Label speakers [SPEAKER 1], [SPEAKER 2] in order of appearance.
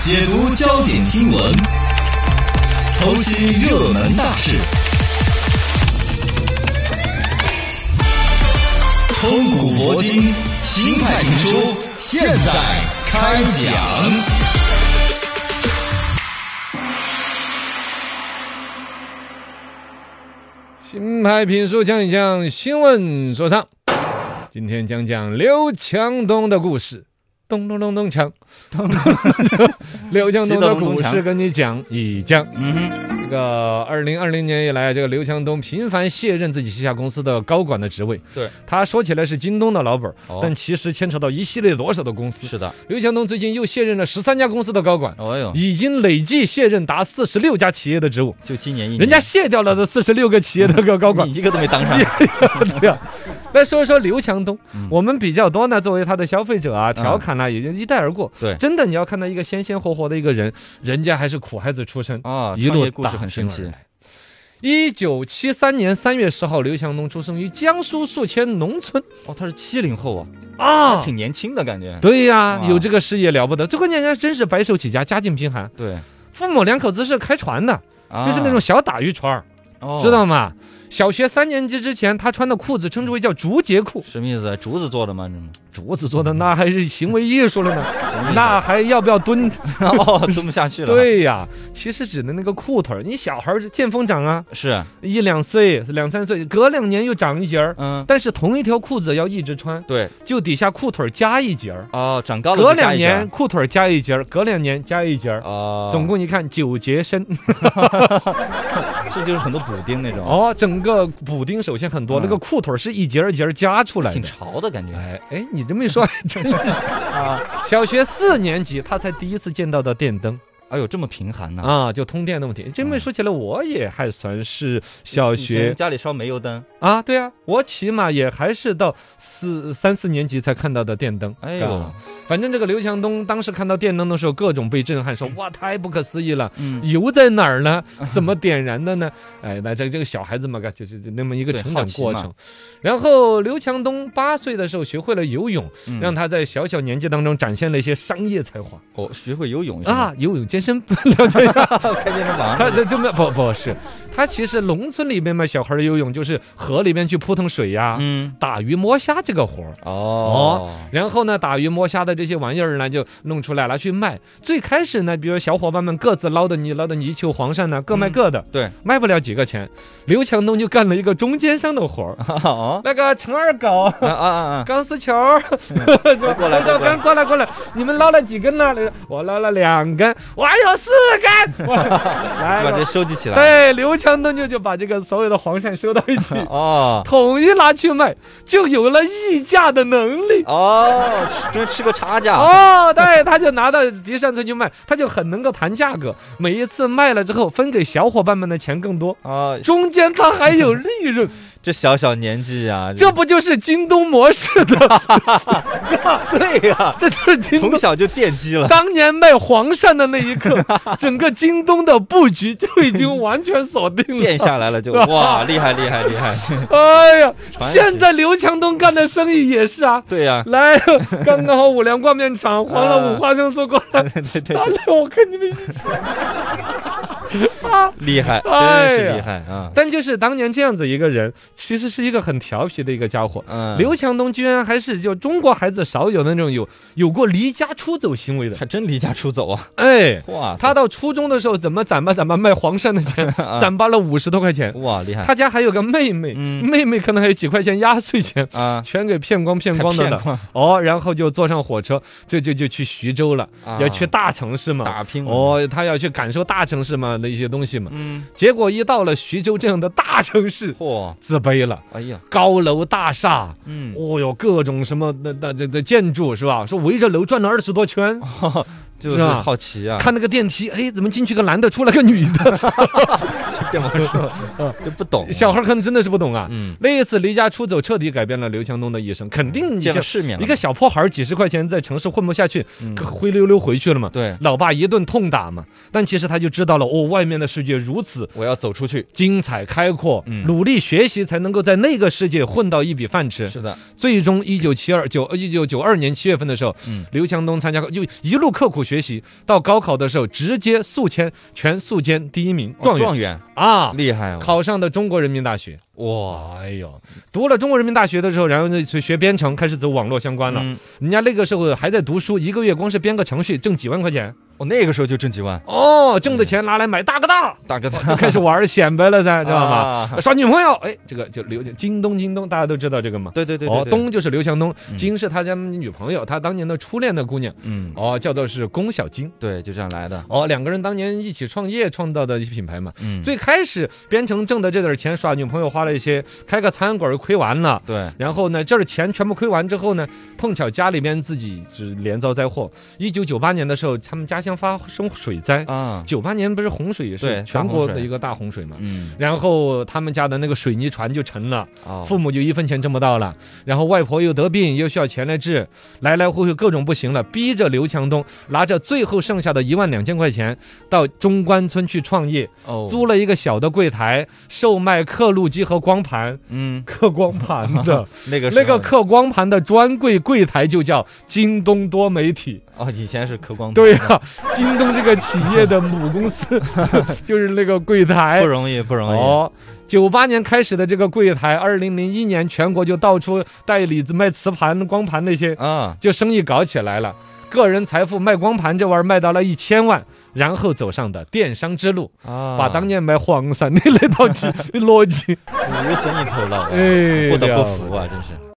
[SPEAKER 1] 解读焦点新闻，剖析热门大事，通古博今，新派评书，现在开讲。
[SPEAKER 2] 新派评书讲一讲新闻说唱，今天讲讲刘强东的故事。咚咚咚咚锵，刘强东的故事跟你讲一讲。
[SPEAKER 1] 嗯
[SPEAKER 2] 这个二零二零年以来，这个刘强东频繁卸任自己旗下公司的高管的职位。
[SPEAKER 1] 对，
[SPEAKER 2] 他说起来是京东的老板，
[SPEAKER 1] 哦
[SPEAKER 2] 但其实牵扯到一系列多少的公司
[SPEAKER 1] 哼，。是的，
[SPEAKER 2] 刘强东最近又卸任了十三家公司的高管，
[SPEAKER 1] 哦呦，
[SPEAKER 2] 已经累计卸任达四十六家企业的职务。
[SPEAKER 1] 就今年一年，
[SPEAKER 2] 人家卸掉了这四十六个企业的高高管，
[SPEAKER 1] 你一个都没当 上，
[SPEAKER 2] 对啊。来说一说刘强东
[SPEAKER 1] 嗯，
[SPEAKER 2] 我们比较多呢，作为他的消费者啊，调侃呢、也就一带而过。
[SPEAKER 1] 对
[SPEAKER 2] 真的你要看到一个鲜鲜活活的一个人，人家还是苦孩子出身，
[SPEAKER 1] 啊，
[SPEAKER 2] 一
[SPEAKER 1] 创
[SPEAKER 2] 路
[SPEAKER 1] 业故事很神奇。。
[SPEAKER 2] 一九七三年三月十号，刘强东出生于江苏宿迁农村
[SPEAKER 1] 哦，他是七零后啊，
[SPEAKER 2] 啊。
[SPEAKER 1] 挺年轻的感觉。
[SPEAKER 2] 对呀、
[SPEAKER 1] 哇
[SPEAKER 2] 有这个事业了不得。最关键，人家真是白手起家，家境贫寒，
[SPEAKER 1] 对，
[SPEAKER 2] 父母两口子是开船的，
[SPEAKER 1] 啊
[SPEAKER 2] 就是那种小打渔船儿，
[SPEAKER 1] 哦
[SPEAKER 2] 知道吗？小学三年级之前，他穿的裤子称之为叫竹节裤，
[SPEAKER 1] 什么意思啊？竹子做的吗？这种
[SPEAKER 2] 竹子做的那还是行为艺术了呢，
[SPEAKER 1] 什么意思
[SPEAKER 2] 那还要不要蹲？
[SPEAKER 1] 哦，蹲不下去了。，
[SPEAKER 2] 对呀，其实指的那个裤腿儿，你小孩儿见风长啊，
[SPEAKER 1] 是，
[SPEAKER 2] 一两岁、两三岁，隔两年又长一截儿。
[SPEAKER 1] 嗯，
[SPEAKER 2] 但是同一条裤子要一直穿，
[SPEAKER 1] 对，
[SPEAKER 2] 就底下裤腿儿加一截儿，
[SPEAKER 1] 哦，长高了
[SPEAKER 2] 隔
[SPEAKER 1] 就加
[SPEAKER 2] 两
[SPEAKER 1] 一下
[SPEAKER 2] 年裤腿儿加一截儿，隔两年加一截儿，
[SPEAKER 1] 哦，
[SPEAKER 2] 总共一看九节身。
[SPEAKER 1] 这就是很多补丁那种，
[SPEAKER 2] 哦，整个补丁首先很多，
[SPEAKER 1] 嗯
[SPEAKER 2] 那个裤腿儿是一节儿一节儿加出来
[SPEAKER 1] 挺
[SPEAKER 2] 的。
[SPEAKER 1] 潮的感觉
[SPEAKER 2] 哎哎，你这么一说，还真是
[SPEAKER 1] 啊！
[SPEAKER 2] 小学四年级他才第一次见到的电灯。
[SPEAKER 1] 哎呦，这么贫寒呢？
[SPEAKER 2] 啊，就通电的问题。这么说起来，我也还算是小
[SPEAKER 1] 嗯以
[SPEAKER 2] 学
[SPEAKER 1] 前家里烧煤油灯，
[SPEAKER 2] 啊，对啊，我起码也还是到四三四年级才看到的电灯。
[SPEAKER 1] 哎呦
[SPEAKER 2] 啊，反正这个刘强东当时看到电灯的时候，各种被震撼，说哇，太不可思议了。
[SPEAKER 1] 嗯，
[SPEAKER 2] 油在哪儿 呢？怎么点燃的呢？哎，那这这个小孩子嘛，嘎就是那么一个
[SPEAKER 1] 对
[SPEAKER 2] 成
[SPEAKER 1] 好
[SPEAKER 2] 长
[SPEAKER 1] 奇
[SPEAKER 2] 过
[SPEAKER 1] 嘛
[SPEAKER 2] 程。然后刘强东八岁的时候学会了游泳，
[SPEAKER 1] 嗯
[SPEAKER 2] 让他在小小年纪当中展现了一些商业才华
[SPEAKER 1] 我哦学会游泳是吗
[SPEAKER 2] 啊，游泳健身，了解
[SPEAKER 1] 开健身房
[SPEAKER 2] 他这这么不不是，他其实农村里面嘛，小孩儿游泳就是河里面去扑腾水呀、
[SPEAKER 1] 嗯，
[SPEAKER 2] 打鱼摸虾这个活儿。
[SPEAKER 1] 哦，
[SPEAKER 2] 然后呢，打鱼摸虾的这些玩意儿呢，就弄出来拿去卖。最开始呢，比如小伙伴们各自捞的泥、捞的泥鳅、黄鳝呢，各卖各的，
[SPEAKER 1] 嗯对，
[SPEAKER 2] 卖不了几个钱。刘强东就干了一个中间商的活 儿，
[SPEAKER 1] 哦，
[SPEAKER 2] 那个陈二 狗、
[SPEAKER 1] 啊啊啊，
[SPEAKER 2] 钢丝球儿，说
[SPEAKER 1] 嗯过来
[SPEAKER 2] 说
[SPEAKER 1] 过来
[SPEAKER 2] 刚过来过来，你们捞了几根呢？我捞了两根，我还有四根， 我来
[SPEAKER 1] 把
[SPEAKER 2] 我
[SPEAKER 1] 这收集起来，，
[SPEAKER 2] 对，刘强东就就把这个所有的黄鳝收到一起
[SPEAKER 1] 哦
[SPEAKER 2] 统一拿去卖，就有了议价的能力。
[SPEAKER 1] 哦，吃终于吃个差价，
[SPEAKER 2] 哦，对，他就拿到集散村去卖，他就很能够谈价格。每一次卖了之后，分给小伙伴们的钱更多，
[SPEAKER 1] 哦，
[SPEAKER 2] 中间他还有利 润，
[SPEAKER 1] 这小小年纪啊呀，
[SPEAKER 2] 这不就是京东模式的？
[SPEAKER 1] 对呀，
[SPEAKER 2] 这就是 京
[SPEAKER 1] 从
[SPEAKER 2] 东。
[SPEAKER 1] 小就奠基了，
[SPEAKER 2] 当年卖黄鳝的那一 刻，整个京东的布局就已经完全锁定了。
[SPEAKER 1] 垫下来 了就哇，厉害厉害厉害，
[SPEAKER 2] 哎呀，
[SPEAKER 1] 传奇
[SPEAKER 2] 现在刘强东干的生意也是啊，
[SPEAKER 1] 对 呀，
[SPEAKER 2] 来，刚刚好五粮灌面厂黄了五花生说过来，
[SPEAKER 1] 对对对
[SPEAKER 2] 大，家我跟你
[SPEAKER 1] 哎
[SPEAKER 2] 们一起。啊！
[SPEAKER 1] 厉害，真
[SPEAKER 2] 哎呀
[SPEAKER 1] 是厉害啊，
[SPEAKER 2] 但就是当年这样子一个人，其实是一个很调皮的一个家伙。
[SPEAKER 1] 嗯，
[SPEAKER 2] 刘强东居然还是就中国孩子少有的那种有有过离家出走行为的，
[SPEAKER 1] 还真离家出走啊，
[SPEAKER 2] 哎。
[SPEAKER 1] 哇塞，
[SPEAKER 2] 他到初中的时候，怎么攒吧攒吧卖黄鳝的钱
[SPEAKER 1] 啊，
[SPEAKER 2] 攒吧了五十多块钱。
[SPEAKER 1] 哇厉害
[SPEAKER 2] 他家还有个妹妹，
[SPEAKER 1] 嗯
[SPEAKER 2] 妹妹可能还有几块钱压岁钱，
[SPEAKER 1] 啊，
[SPEAKER 2] 全给骗光骗
[SPEAKER 1] 还
[SPEAKER 2] 光的
[SPEAKER 1] 骗
[SPEAKER 2] 了。
[SPEAKER 1] 光
[SPEAKER 2] 哦，然后就坐上火车，就就就去徐州了，
[SPEAKER 1] 啊
[SPEAKER 2] 要去大城市嘛。
[SPEAKER 1] 打拼了，
[SPEAKER 2] 哦，他要去感受大城市嘛的一些东西嘛。
[SPEAKER 1] 嗯，
[SPEAKER 2] 结果一到了徐州这样的大城市，
[SPEAKER 1] 嚯，
[SPEAKER 2] 自卑了，
[SPEAKER 1] 哎呀，
[SPEAKER 2] 高楼大厦。
[SPEAKER 1] 嗯，
[SPEAKER 2] 哦哟，各种什么那那这这建筑是吧？说围着楼转了二十多圈，
[SPEAKER 1] 啊就是
[SPEAKER 2] 是吧
[SPEAKER 1] 好奇啊，
[SPEAKER 2] 看那个电梯，哎，怎么进去个男的，出来个女 的？
[SPEAKER 1] 变魔术，就不 懂啊，
[SPEAKER 2] 小孩可能真的是不懂啊。
[SPEAKER 1] 嗯，
[SPEAKER 2] 那一次离家出走，彻底改变了刘强东的一生。肯定你
[SPEAKER 1] 见了
[SPEAKER 2] 像
[SPEAKER 1] 世面了，
[SPEAKER 2] 一个小破孩儿，几十块钱在城市混不下去，
[SPEAKER 1] 嗯
[SPEAKER 2] 灰溜溜回去了嘛。
[SPEAKER 1] 对，
[SPEAKER 2] 老爸一顿痛打嘛，但其实他就知道了，哦，外面的世界如此
[SPEAKER 1] 我要走出去，
[SPEAKER 2] 精彩开阔，
[SPEAKER 1] 嗯
[SPEAKER 2] 努力学习才能够在那个世界混到一笔饭吃。
[SPEAKER 1] 是的，
[SPEAKER 2] 呃最终，一九七二九一九九二年七月份的时候，
[SPEAKER 1] 嗯
[SPEAKER 2] 刘强东参加就一路刻苦学习，到高考的时候直接宿迁全宿迁第一名，
[SPEAKER 1] 哦
[SPEAKER 2] 哦状元
[SPEAKER 3] 状元
[SPEAKER 2] 啊，
[SPEAKER 3] 厉害哦！
[SPEAKER 2] 考上的中国人民大学。
[SPEAKER 3] 哇，
[SPEAKER 2] 哎呦，读了中国人民大学的时候，然后呢去学编程，开始走网络相关了。
[SPEAKER 3] 嗯
[SPEAKER 2] 人家那个时候还在读书，一个月光是编个程序挣几万块钱，
[SPEAKER 1] 哦
[SPEAKER 3] 我那个时候就挣几万，
[SPEAKER 2] 哦，挣的钱拿来买大哥大，
[SPEAKER 3] 大哥大
[SPEAKER 2] 哦就开始玩儿显摆了噻，知道吧？
[SPEAKER 3] 啊
[SPEAKER 2] 耍女朋友，哎，这个就刘京东，京东大家都知道这个嘛。
[SPEAKER 3] 对对对
[SPEAKER 2] 哦，，东就是刘强东，
[SPEAKER 3] 嗯
[SPEAKER 2] 金是他家女朋友，他当年的初恋的姑娘，
[SPEAKER 3] 嗯，
[SPEAKER 2] 哦，叫做是龚小金。
[SPEAKER 3] 对，就这样来的。
[SPEAKER 2] 哦，两个人当年一起创业创造的一品牌嘛。
[SPEAKER 3] 嗯，
[SPEAKER 2] 最开始编程挣的这点钱，耍女朋友花了一些，开个餐馆儿亏完了。
[SPEAKER 3] 对，
[SPEAKER 2] 然后呢，这儿钱全部亏完之后呢，碰巧家里边自己是连遭灾祸。一九九八年的时候，他们家乡发生水灾。
[SPEAKER 3] 啊，
[SPEAKER 2] 九八年不是洪水也是
[SPEAKER 3] 对
[SPEAKER 2] 全
[SPEAKER 3] 大洪
[SPEAKER 2] 国
[SPEAKER 3] 水
[SPEAKER 2] 的一个大洪水嘛。
[SPEAKER 3] 嗯，
[SPEAKER 2] 然后他们家的那个水泥船就沉了，
[SPEAKER 3] 哦，
[SPEAKER 2] 父母就一分钱挣不到了，然后外婆又得病，又需要钱来治，来来回回各种不行了，逼着刘强东拿着最后剩下的一万两千块钱到中关村去创业，
[SPEAKER 3] 哦
[SPEAKER 2] 租了一个小的柜台，售卖刻录机和光盘，
[SPEAKER 3] 嗯，
[SPEAKER 2] 刻光盘 的
[SPEAKER 3] 那个
[SPEAKER 2] 那个
[SPEAKER 3] 时
[SPEAKER 2] 刻光盘的专柜柜台就叫京东多媒体。
[SPEAKER 3] 候哦，以前是嗑光头
[SPEAKER 2] 对呀、京东这个企业的母公 司就是那个柜台
[SPEAKER 3] 不。容易，不容易。
[SPEAKER 2] 哎哦，九八年开始的这个柜台，二零零一年全国就到处带李子卖磁盘、光盘那些，
[SPEAKER 3] 啊，
[SPEAKER 2] 就生意搞起来了。个人财富卖光盘这玩意儿卖到了一千万，然后走上的电商之路，
[SPEAKER 3] 啊
[SPEAKER 2] 把当年买 黄鳝的那套逻辑，
[SPEAKER 3] 鱼混一头了，
[SPEAKER 2] 哎，
[SPEAKER 3] 不得
[SPEAKER 2] 了
[SPEAKER 3] 不服啊，真是。